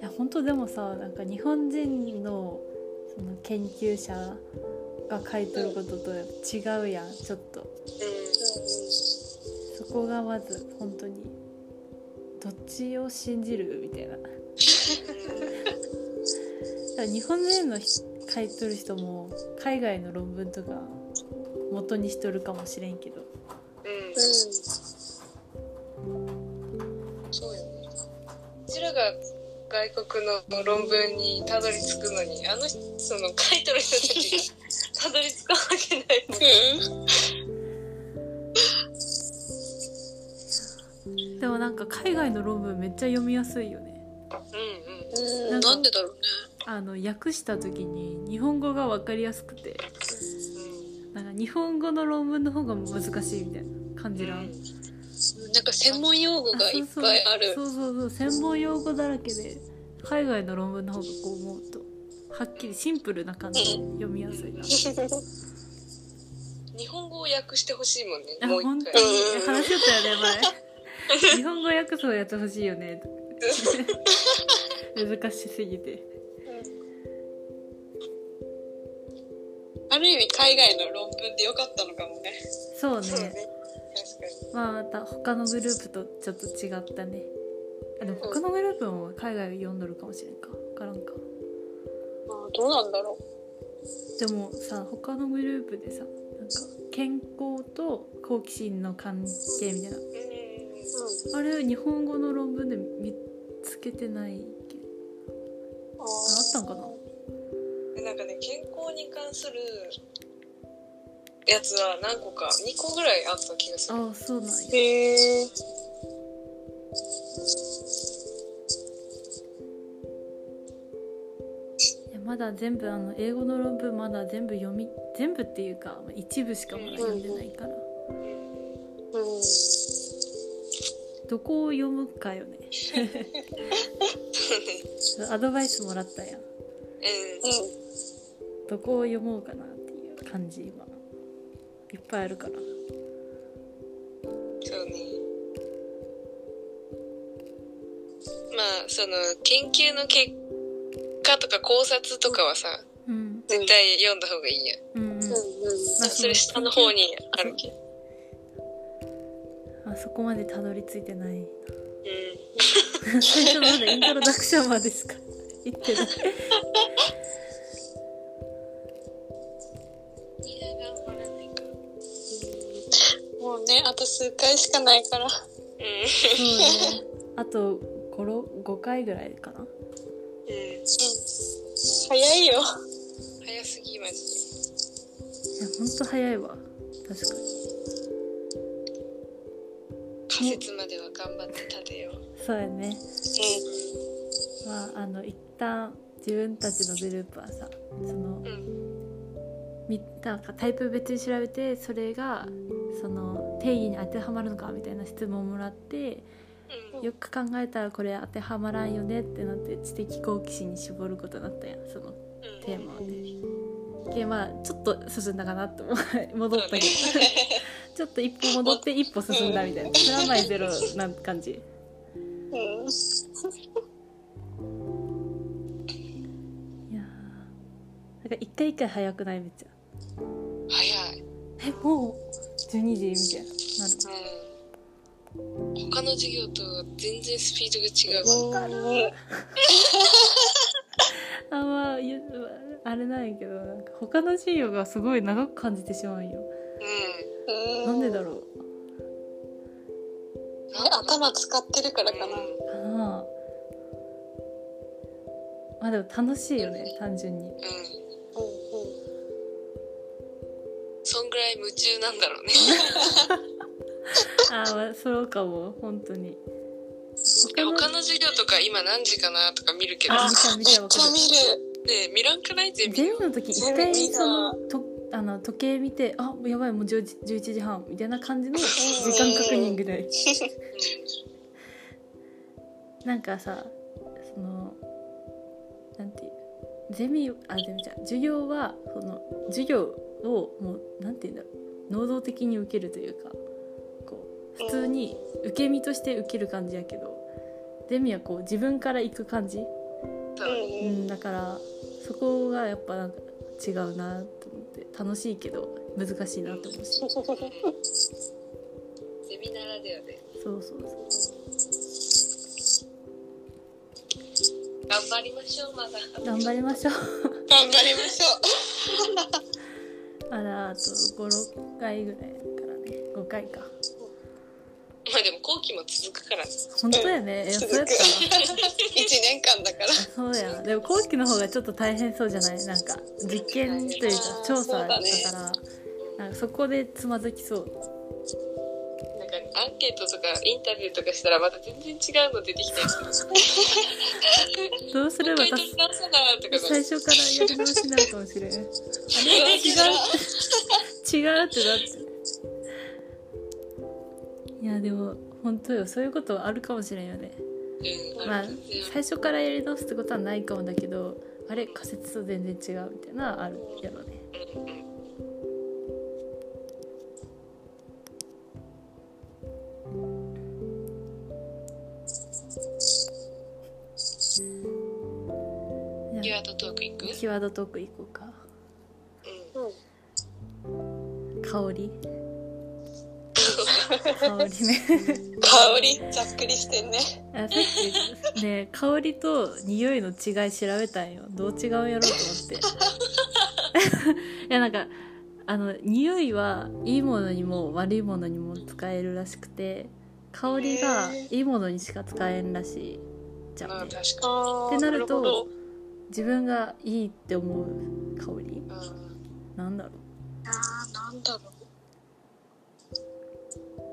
[SPEAKER 1] いや本当でもさなんか日本人のその研究者が書いとることと違うやんちょっとそこがまず本当にどっちを信じるみたいなだから日本人の人書いとる人も海外の論文とか元にしとるかもしれんけど
[SPEAKER 3] うん。そうよね。うちらが外国の論文にたどり着くのに、あの人その書いてる人たちがたどり着かなきゃいけないもん。
[SPEAKER 1] でもなんか海外の論文めっちゃ読みやすいよね
[SPEAKER 3] うん
[SPEAKER 1] なんかなんで
[SPEAKER 3] だろうね。
[SPEAKER 1] あの訳した時に日本語が分かりやすくてなんか日本語の論文の方が難しいみたいな感じらん、
[SPEAKER 3] なんか専門用語がいっぱいある。
[SPEAKER 1] そうそうそうそう専門用語だらけで海外の論文の方がこう思うとはっきりシンプルな感じで読みやすいな
[SPEAKER 3] 日本語を訳してほしいもんね。
[SPEAKER 1] あ
[SPEAKER 3] もう
[SPEAKER 1] 本
[SPEAKER 3] 一
[SPEAKER 1] 当
[SPEAKER 3] 回。
[SPEAKER 1] に話しちゃったよね前日本語訳そうやってほしいよ ね難しすぎて
[SPEAKER 3] ある意味海外の論文でよかったのかもね。
[SPEAKER 1] そうね
[SPEAKER 3] そうね。確かに。
[SPEAKER 1] まあまた他のグループとちょっと違ったねあでも他のグループも海外読んどるかもしれんか分からんか
[SPEAKER 3] まあどうなんだろう。
[SPEAKER 1] でもさ他のグループでさなんか健康と好奇心の関係みたいな
[SPEAKER 3] うん。
[SPEAKER 1] あれ日本語の論文で見つけてないけど
[SPEAKER 3] あ
[SPEAKER 1] ああったんかな
[SPEAKER 3] でなんかね健康に関するやつは何個か2個ぐらいあった気がする。
[SPEAKER 1] ああそうなんや
[SPEAKER 3] へえ。
[SPEAKER 1] いやまだ全部あの英語の論文まだ全部読み全部っていうかまあ一部しかまだ読んでないからどこを読むかよねアドバイスもらったやん
[SPEAKER 3] う
[SPEAKER 1] どこを読もうかなっていう感じ今いっぱいあるから
[SPEAKER 3] ん。そうね。まあその研究の結果とか考察とかはさ
[SPEAKER 1] うん
[SPEAKER 3] 絶対読んだ方がいいや。
[SPEAKER 1] うんうん
[SPEAKER 3] それ下の方にあるけど。
[SPEAKER 1] あそこまでたどり着いてないな
[SPEAKER 3] うん
[SPEAKER 1] 最初までイントロダクションまでしか行ってない
[SPEAKER 3] いや頑張らないからもうねあと数回しかないからうん
[SPEAKER 1] そうねあと5回ぐらいかな
[SPEAKER 3] うん早いよ早すぎマジ
[SPEAKER 1] いやほんと早いわ確かに
[SPEAKER 3] で仮説までは頑張って立てよううん
[SPEAKER 1] そうやね
[SPEAKER 3] う
[SPEAKER 1] まああの一旦自分たちのグループはさその、みなんかタイプ別に調べてそれがその定義に当てはまるのかみたいな質問をもらって
[SPEAKER 3] ん
[SPEAKER 1] よく考えたらこれ当てはまらんよねってなって知的好奇心に絞ることになったやんその
[SPEAKER 3] うん
[SPEAKER 1] テーマをね。でまあちょっと進んだかなと思う戻ったけどちょっと一歩戻って一歩進んだみたいなプラマイゼロな感じ。
[SPEAKER 3] うん
[SPEAKER 1] いやーなんか一回一回早くないめっちゃ
[SPEAKER 3] 早い
[SPEAKER 1] えもう12時みた
[SPEAKER 3] うん他の授業と全然スピードが違うから
[SPEAKER 1] いなるあんまあ言うあれなんやけどなんか他の授業がすごい長く感じてしまうよ
[SPEAKER 3] う
[SPEAKER 1] なんでだろ
[SPEAKER 3] ん
[SPEAKER 4] ね頭使ってるからかな。
[SPEAKER 3] うん
[SPEAKER 1] うかなあまあでも楽しいよね単純に
[SPEAKER 3] そんぐらい夢中なんだろう ね。
[SPEAKER 1] あーまあそうかも本当に
[SPEAKER 3] え他の授業とか今何時かなとか見るけど、
[SPEAKER 1] 見た見たわか
[SPEAKER 4] じゃあ
[SPEAKER 1] る
[SPEAKER 4] 見
[SPEAKER 3] ねえ見らんくない全部。
[SPEAKER 1] ゼミの時一回
[SPEAKER 4] ゼミ見た
[SPEAKER 1] そのとあの時計見てあやばいもう10時11時半みたいな感じの時間確認ぐらいなんかさそのなんていうゼミあゼミじゃん授業はその授業をもうなんていうんだろう能動的に受けるというかこう普通に受け身として受ける感じやけどゼミはこう自分から行く感じ、う
[SPEAKER 4] る。
[SPEAKER 1] ん、だからそこがやっぱなんか違うなと思って楽しいけど難しいなと思うし
[SPEAKER 3] ゼミならではで
[SPEAKER 1] そうそうそう
[SPEAKER 3] 頑張りましょうまだ。
[SPEAKER 1] 頑張りましょう
[SPEAKER 4] 頑張りましょう。
[SPEAKER 1] まだあと56回ぐらいだからね5回か。
[SPEAKER 3] まあでも後期も続くから。
[SPEAKER 1] 本当やね。いや、そうやった
[SPEAKER 4] 一年間だから。
[SPEAKER 1] な。そうや。でも後期の方がちょっと大変そうじゃないなんか、実験というか
[SPEAKER 4] あー
[SPEAKER 1] 調査だか
[SPEAKER 4] そう
[SPEAKER 1] ら、なんかそこでつまずきそう。
[SPEAKER 3] なんかアンケートとかインタビューとかしたらまた全然違うの出てきたりする。
[SPEAKER 1] どうすれば
[SPEAKER 3] 回
[SPEAKER 1] た
[SPEAKER 3] 取り直さなとか
[SPEAKER 1] 最初からやり直しになるかもしれん。あれ違う、違うってなって。いや、でも、本当よ。そういうことはあるかもしれんよね。
[SPEAKER 3] うん
[SPEAKER 1] まあ
[SPEAKER 3] ある全然、
[SPEAKER 1] 最初からやり直すってことはないかもだけど、あれ仮説と全然違うみたいなのはあるやろうね。
[SPEAKER 3] うんうん
[SPEAKER 1] じ
[SPEAKER 3] キュ
[SPEAKER 1] ゃ
[SPEAKER 3] アードトーク行く
[SPEAKER 1] あ、？キーワードトーク行こうか。
[SPEAKER 3] うん。
[SPEAKER 1] 香り香りね
[SPEAKER 4] 香りざっくりしてんね。
[SPEAKER 1] あさっきね香りと匂いの違い調べたんよどう違うんやろうと思って いやなんかあの匂いはいいものにも悪いものにも使えるらしくて香りがいいものにしか使えんらしいじゃ
[SPEAKER 3] まあ
[SPEAKER 1] んね
[SPEAKER 3] 確か
[SPEAKER 1] っ
[SPEAKER 4] って
[SPEAKER 1] なると自分がいいって思う香り
[SPEAKER 3] に。うん
[SPEAKER 1] なんだろ
[SPEAKER 4] あーなんだろう。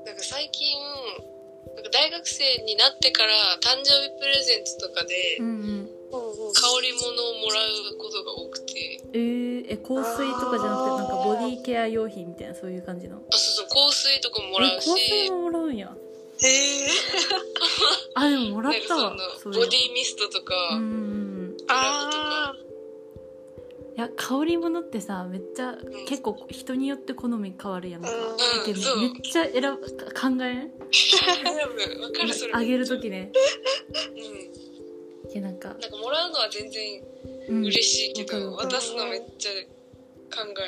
[SPEAKER 3] なんか最近なんか大学生になってから誕生日プレゼントとかで
[SPEAKER 1] う、うんうん
[SPEAKER 4] うんうん
[SPEAKER 3] 香り物をもらうことが多くて
[SPEAKER 1] えー、え香水とかじゃなくてなんかボディケア用品みたいなそういう感じの
[SPEAKER 3] あそうそう香水とかも
[SPEAKER 1] え
[SPEAKER 3] らうし
[SPEAKER 1] 香水ももらうんや
[SPEAKER 4] へえ。
[SPEAKER 1] あでももら
[SPEAKER 3] な
[SPEAKER 1] っ
[SPEAKER 3] んか
[SPEAKER 1] た
[SPEAKER 3] そ
[SPEAKER 1] わ
[SPEAKER 3] の
[SPEAKER 1] れ
[SPEAKER 3] ボディミストとか、
[SPEAKER 1] うんうんうん
[SPEAKER 4] あ
[SPEAKER 1] いや香り物ってさめっちゃ
[SPEAKER 3] ん
[SPEAKER 1] 結構人によって好み変わるやんか、
[SPEAKER 4] ー
[SPEAKER 1] で
[SPEAKER 3] うんそう
[SPEAKER 1] もめっちゃ選ぶか考えん
[SPEAKER 3] 多分わかるそれ
[SPEAKER 1] あげる時ね
[SPEAKER 3] うん
[SPEAKER 1] いやなんか、
[SPEAKER 3] なんかもらうのは全然
[SPEAKER 1] うん、
[SPEAKER 3] 嬉しいけど、
[SPEAKER 1] わかるわか
[SPEAKER 3] 渡すのめっちゃ考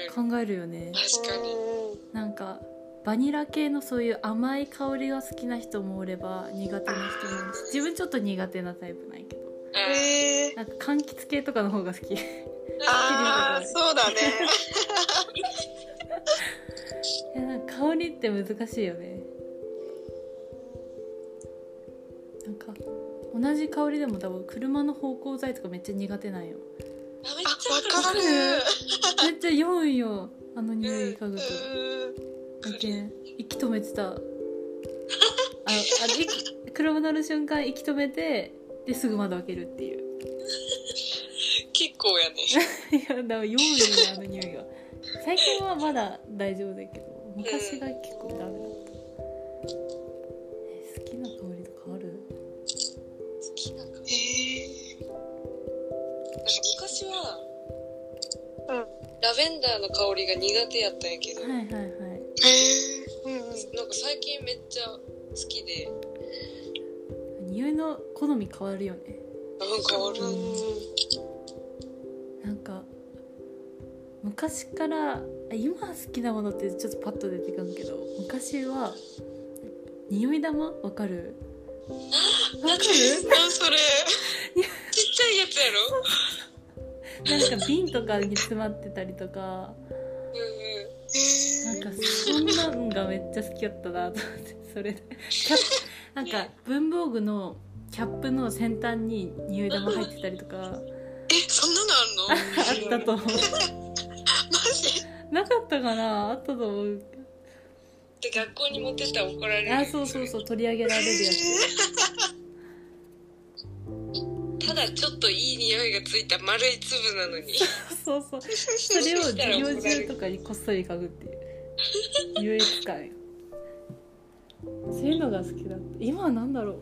[SPEAKER 3] える
[SPEAKER 1] る考えるよね
[SPEAKER 3] 確かに
[SPEAKER 4] うん
[SPEAKER 1] なんかバニラ系のそういう甘い香りが好きな人もおれば苦手な人もいるし自分ちょっと苦手なタイプなんやけど
[SPEAKER 3] えー、
[SPEAKER 1] なんか柑橘系とかの方が好き
[SPEAKER 3] ああそう だね
[SPEAKER 1] えなんか香りって難しいよねなんか同じ香りでも多分車の芳香剤とかめっちゃ苦手なんよ
[SPEAKER 3] あめっちゃわかる
[SPEAKER 1] めっちゃ酔うんよあの匂い嗅ぐと
[SPEAKER 3] うん
[SPEAKER 1] だけん息止めて たあのあの息車乗る瞬間息止めてですぐ窓開けるっていう
[SPEAKER 3] 結構やね
[SPEAKER 1] いやだから酔うよねあの匂いが最近はまだ大丈夫だけど昔が結構ダメだったえ好きな香りとかある
[SPEAKER 3] 好きな香り
[SPEAKER 2] え
[SPEAKER 3] なんか昔は、ラベンダーの香りが苦手やったんやけど、
[SPEAKER 1] はいはいはい
[SPEAKER 2] ー、えー、うんうん
[SPEAKER 3] なんか最近めっちゃ好きで、
[SPEAKER 1] 匂いの好み変わるよね
[SPEAKER 3] なんかある。
[SPEAKER 1] なんか昔からあ今好きなものってちょっとパッと出てくるけど昔は匂い玉わかるわかる
[SPEAKER 3] なんそれちっちゃいやつやろ
[SPEAKER 1] なんか瓶とかに詰まってたりとか
[SPEAKER 3] う
[SPEAKER 1] なんかそんなんがめっちゃ好きやったなと思ってそれでキャップなんか文房具のキャップの先端に匂い玉入ってたりとか
[SPEAKER 3] んうん。え、そんなのあんの
[SPEAKER 1] あったと思う
[SPEAKER 3] マジ
[SPEAKER 1] なかったかなあったと思う
[SPEAKER 3] って学校に持ってったら怒られる。
[SPEAKER 1] あそうそうそう取り上げられるや
[SPEAKER 3] ただちょっといい匂いがついた丸い粒なのに。
[SPEAKER 1] つそうそうそれを授業中とかにこっそり嗅ぐっていう優越感よそういうのが好きだった今は何だろ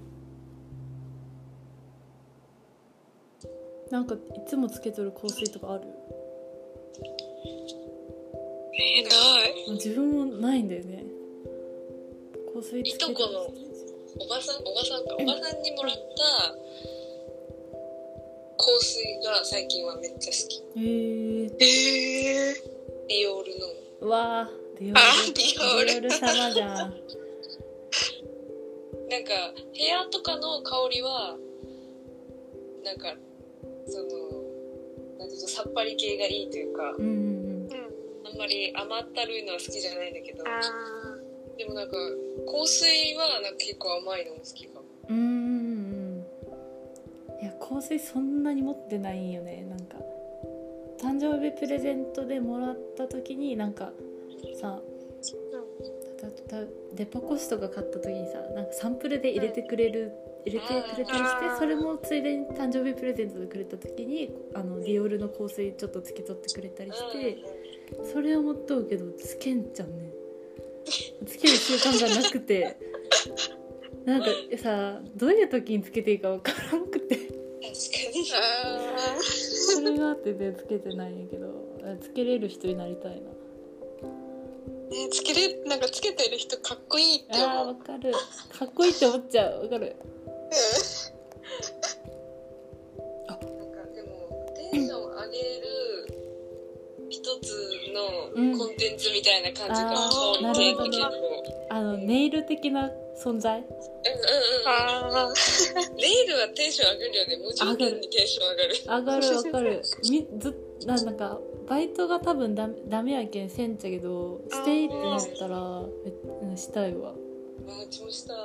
[SPEAKER 1] うなんかいつもつけとる香水とかある
[SPEAKER 3] え、ない。
[SPEAKER 1] 自分もないんだよね香水つけて
[SPEAKER 3] いとこのおばさん、おばさんか。おばさんにもらった香水が最近はめっちゃ好き。
[SPEAKER 1] えー、
[SPEAKER 2] えー、
[SPEAKER 3] ディオールの。
[SPEAKER 1] わあディオール
[SPEAKER 3] あディオール
[SPEAKER 1] ディオール様じゃん
[SPEAKER 3] なんか部屋とかの香りはなんかそのなんていうのさっぱり系がいいというか
[SPEAKER 1] うんうん
[SPEAKER 3] あんまり甘ったるいのは好きじゃないんだけど
[SPEAKER 2] あ
[SPEAKER 3] でもなんか香水はなんか結構甘いのも好きかも
[SPEAKER 1] うんうんうんうんいや香水そんなに持ってないんよねなんか誕生日プレゼントでもらった時になんかさたたデパコスとか買った時にさなんかサンプルで入れてくれる、入れてくれたりしてそれもついでに誕生日プレゼントでくれた時にあのディオールの香水ちょっとつけとってくれたりしてそれを持っとうけどつけんじゃんねつける習慣がなくてなんかさどういう時につけていいか分からんくて
[SPEAKER 3] 確かに
[SPEAKER 1] それがあってでつけてないんやけどつけれる人になりたいな
[SPEAKER 2] ねつけれなんかつけてる人かっこいいって
[SPEAKER 1] あーわかるかっこいいって思っちゃうわかる
[SPEAKER 3] なんかでもテンション上げる一つ
[SPEAKER 1] うん
[SPEAKER 3] のコンテンツみたいな感じが
[SPEAKER 1] あ
[SPEAKER 2] ー
[SPEAKER 3] 香り系って結
[SPEAKER 1] な
[SPEAKER 3] 構
[SPEAKER 1] るあのネイル的な存在
[SPEAKER 3] うんうんうん
[SPEAKER 2] あ
[SPEAKER 3] レイルはテンション上がるよね無条件にテンション上がる
[SPEAKER 1] 上がるわかるみずななんかバイトが多分ダメダメやけんせんちゃけどしていいってなったらえうんしたいわ
[SPEAKER 3] あーうちもしたい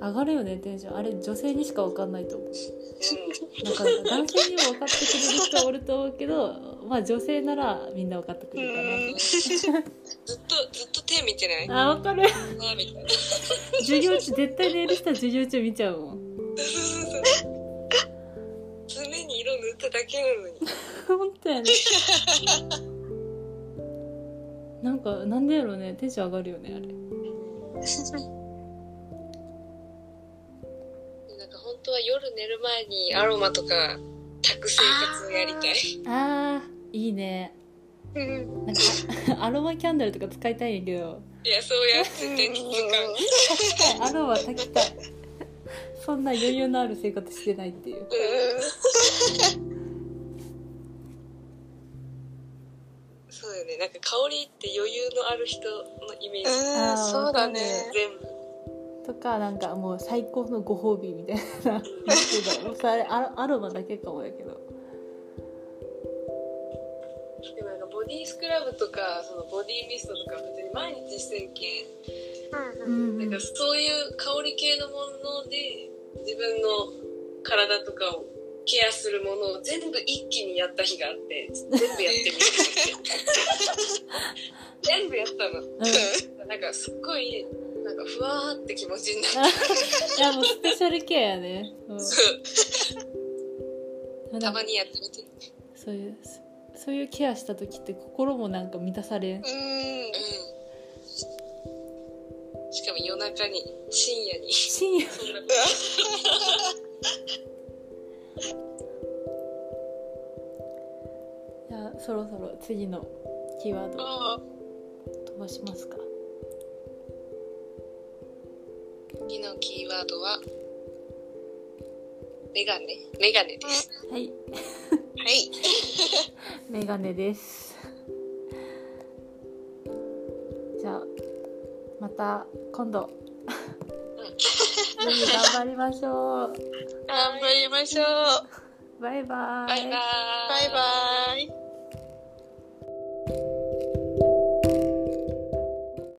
[SPEAKER 1] 上がるよねテンションあれ女性にしか分かんないと思う
[SPEAKER 3] うん
[SPEAKER 1] なんか男性にも分かってくれる人はおると思うけ どまあ女性ならみんな分かってくれるか
[SPEAKER 3] ずっと、ずっと手見てない
[SPEAKER 1] なあ分かる
[SPEAKER 3] あーみたいな。
[SPEAKER 1] 授業中絶対寝る人は授業中見ちゃうもん
[SPEAKER 3] 爪に色塗っただけなのに。
[SPEAKER 1] 本当 やねなんかなんでやろうねテンション上がるよねあれ
[SPEAKER 3] なんか本当は夜寝る前にアロマとか、炊く生活をやりたい。
[SPEAKER 1] あーいいねなん かアロマキャンドルとか使いたいんやけど
[SPEAKER 3] いや、そうやってて、きつか
[SPEAKER 1] アロマ炊きたいそんな余裕のある生活してないっていう
[SPEAKER 3] そうそうよねなんか香りって余裕のある人のイメージ
[SPEAKER 1] あー
[SPEAKER 2] うんそうだね
[SPEAKER 3] 全部
[SPEAKER 1] とかなんかもう最高のご褒美みたいななんていうのもうそれアロアロマだけかもやけど
[SPEAKER 3] でもなんかボディスクラブとかそのボディミストとか別に毎日してるけん
[SPEAKER 2] うんうん
[SPEAKER 1] うん
[SPEAKER 3] なんかそういう香り系のもので自分の体とかをケアするものを全部一気にやった日があって全部やってみるって全部やったの、なんかすっごいなんかふわーって気持ちになっ
[SPEAKER 1] い
[SPEAKER 3] て
[SPEAKER 1] やもうスペシャルケアやね、うん、でもな
[SPEAKER 3] た
[SPEAKER 1] んか
[SPEAKER 3] まにやってみてう
[SPEAKER 1] そういうそういうケアした時って心もなんか満たされん
[SPEAKER 2] うん
[SPEAKER 3] んしかも夜中に深夜に
[SPEAKER 1] 深夜
[SPEAKER 3] そんなこ
[SPEAKER 1] じゃあそろそろ次のキーワード飛ばしますか
[SPEAKER 3] 次のキーワードはメガネメガネです
[SPEAKER 1] はい
[SPEAKER 3] はい
[SPEAKER 1] メガネですじゃあまた今 度ぜひ頑張りましょう
[SPEAKER 2] 頑張りましょう
[SPEAKER 1] バイバイ
[SPEAKER 2] バイバイ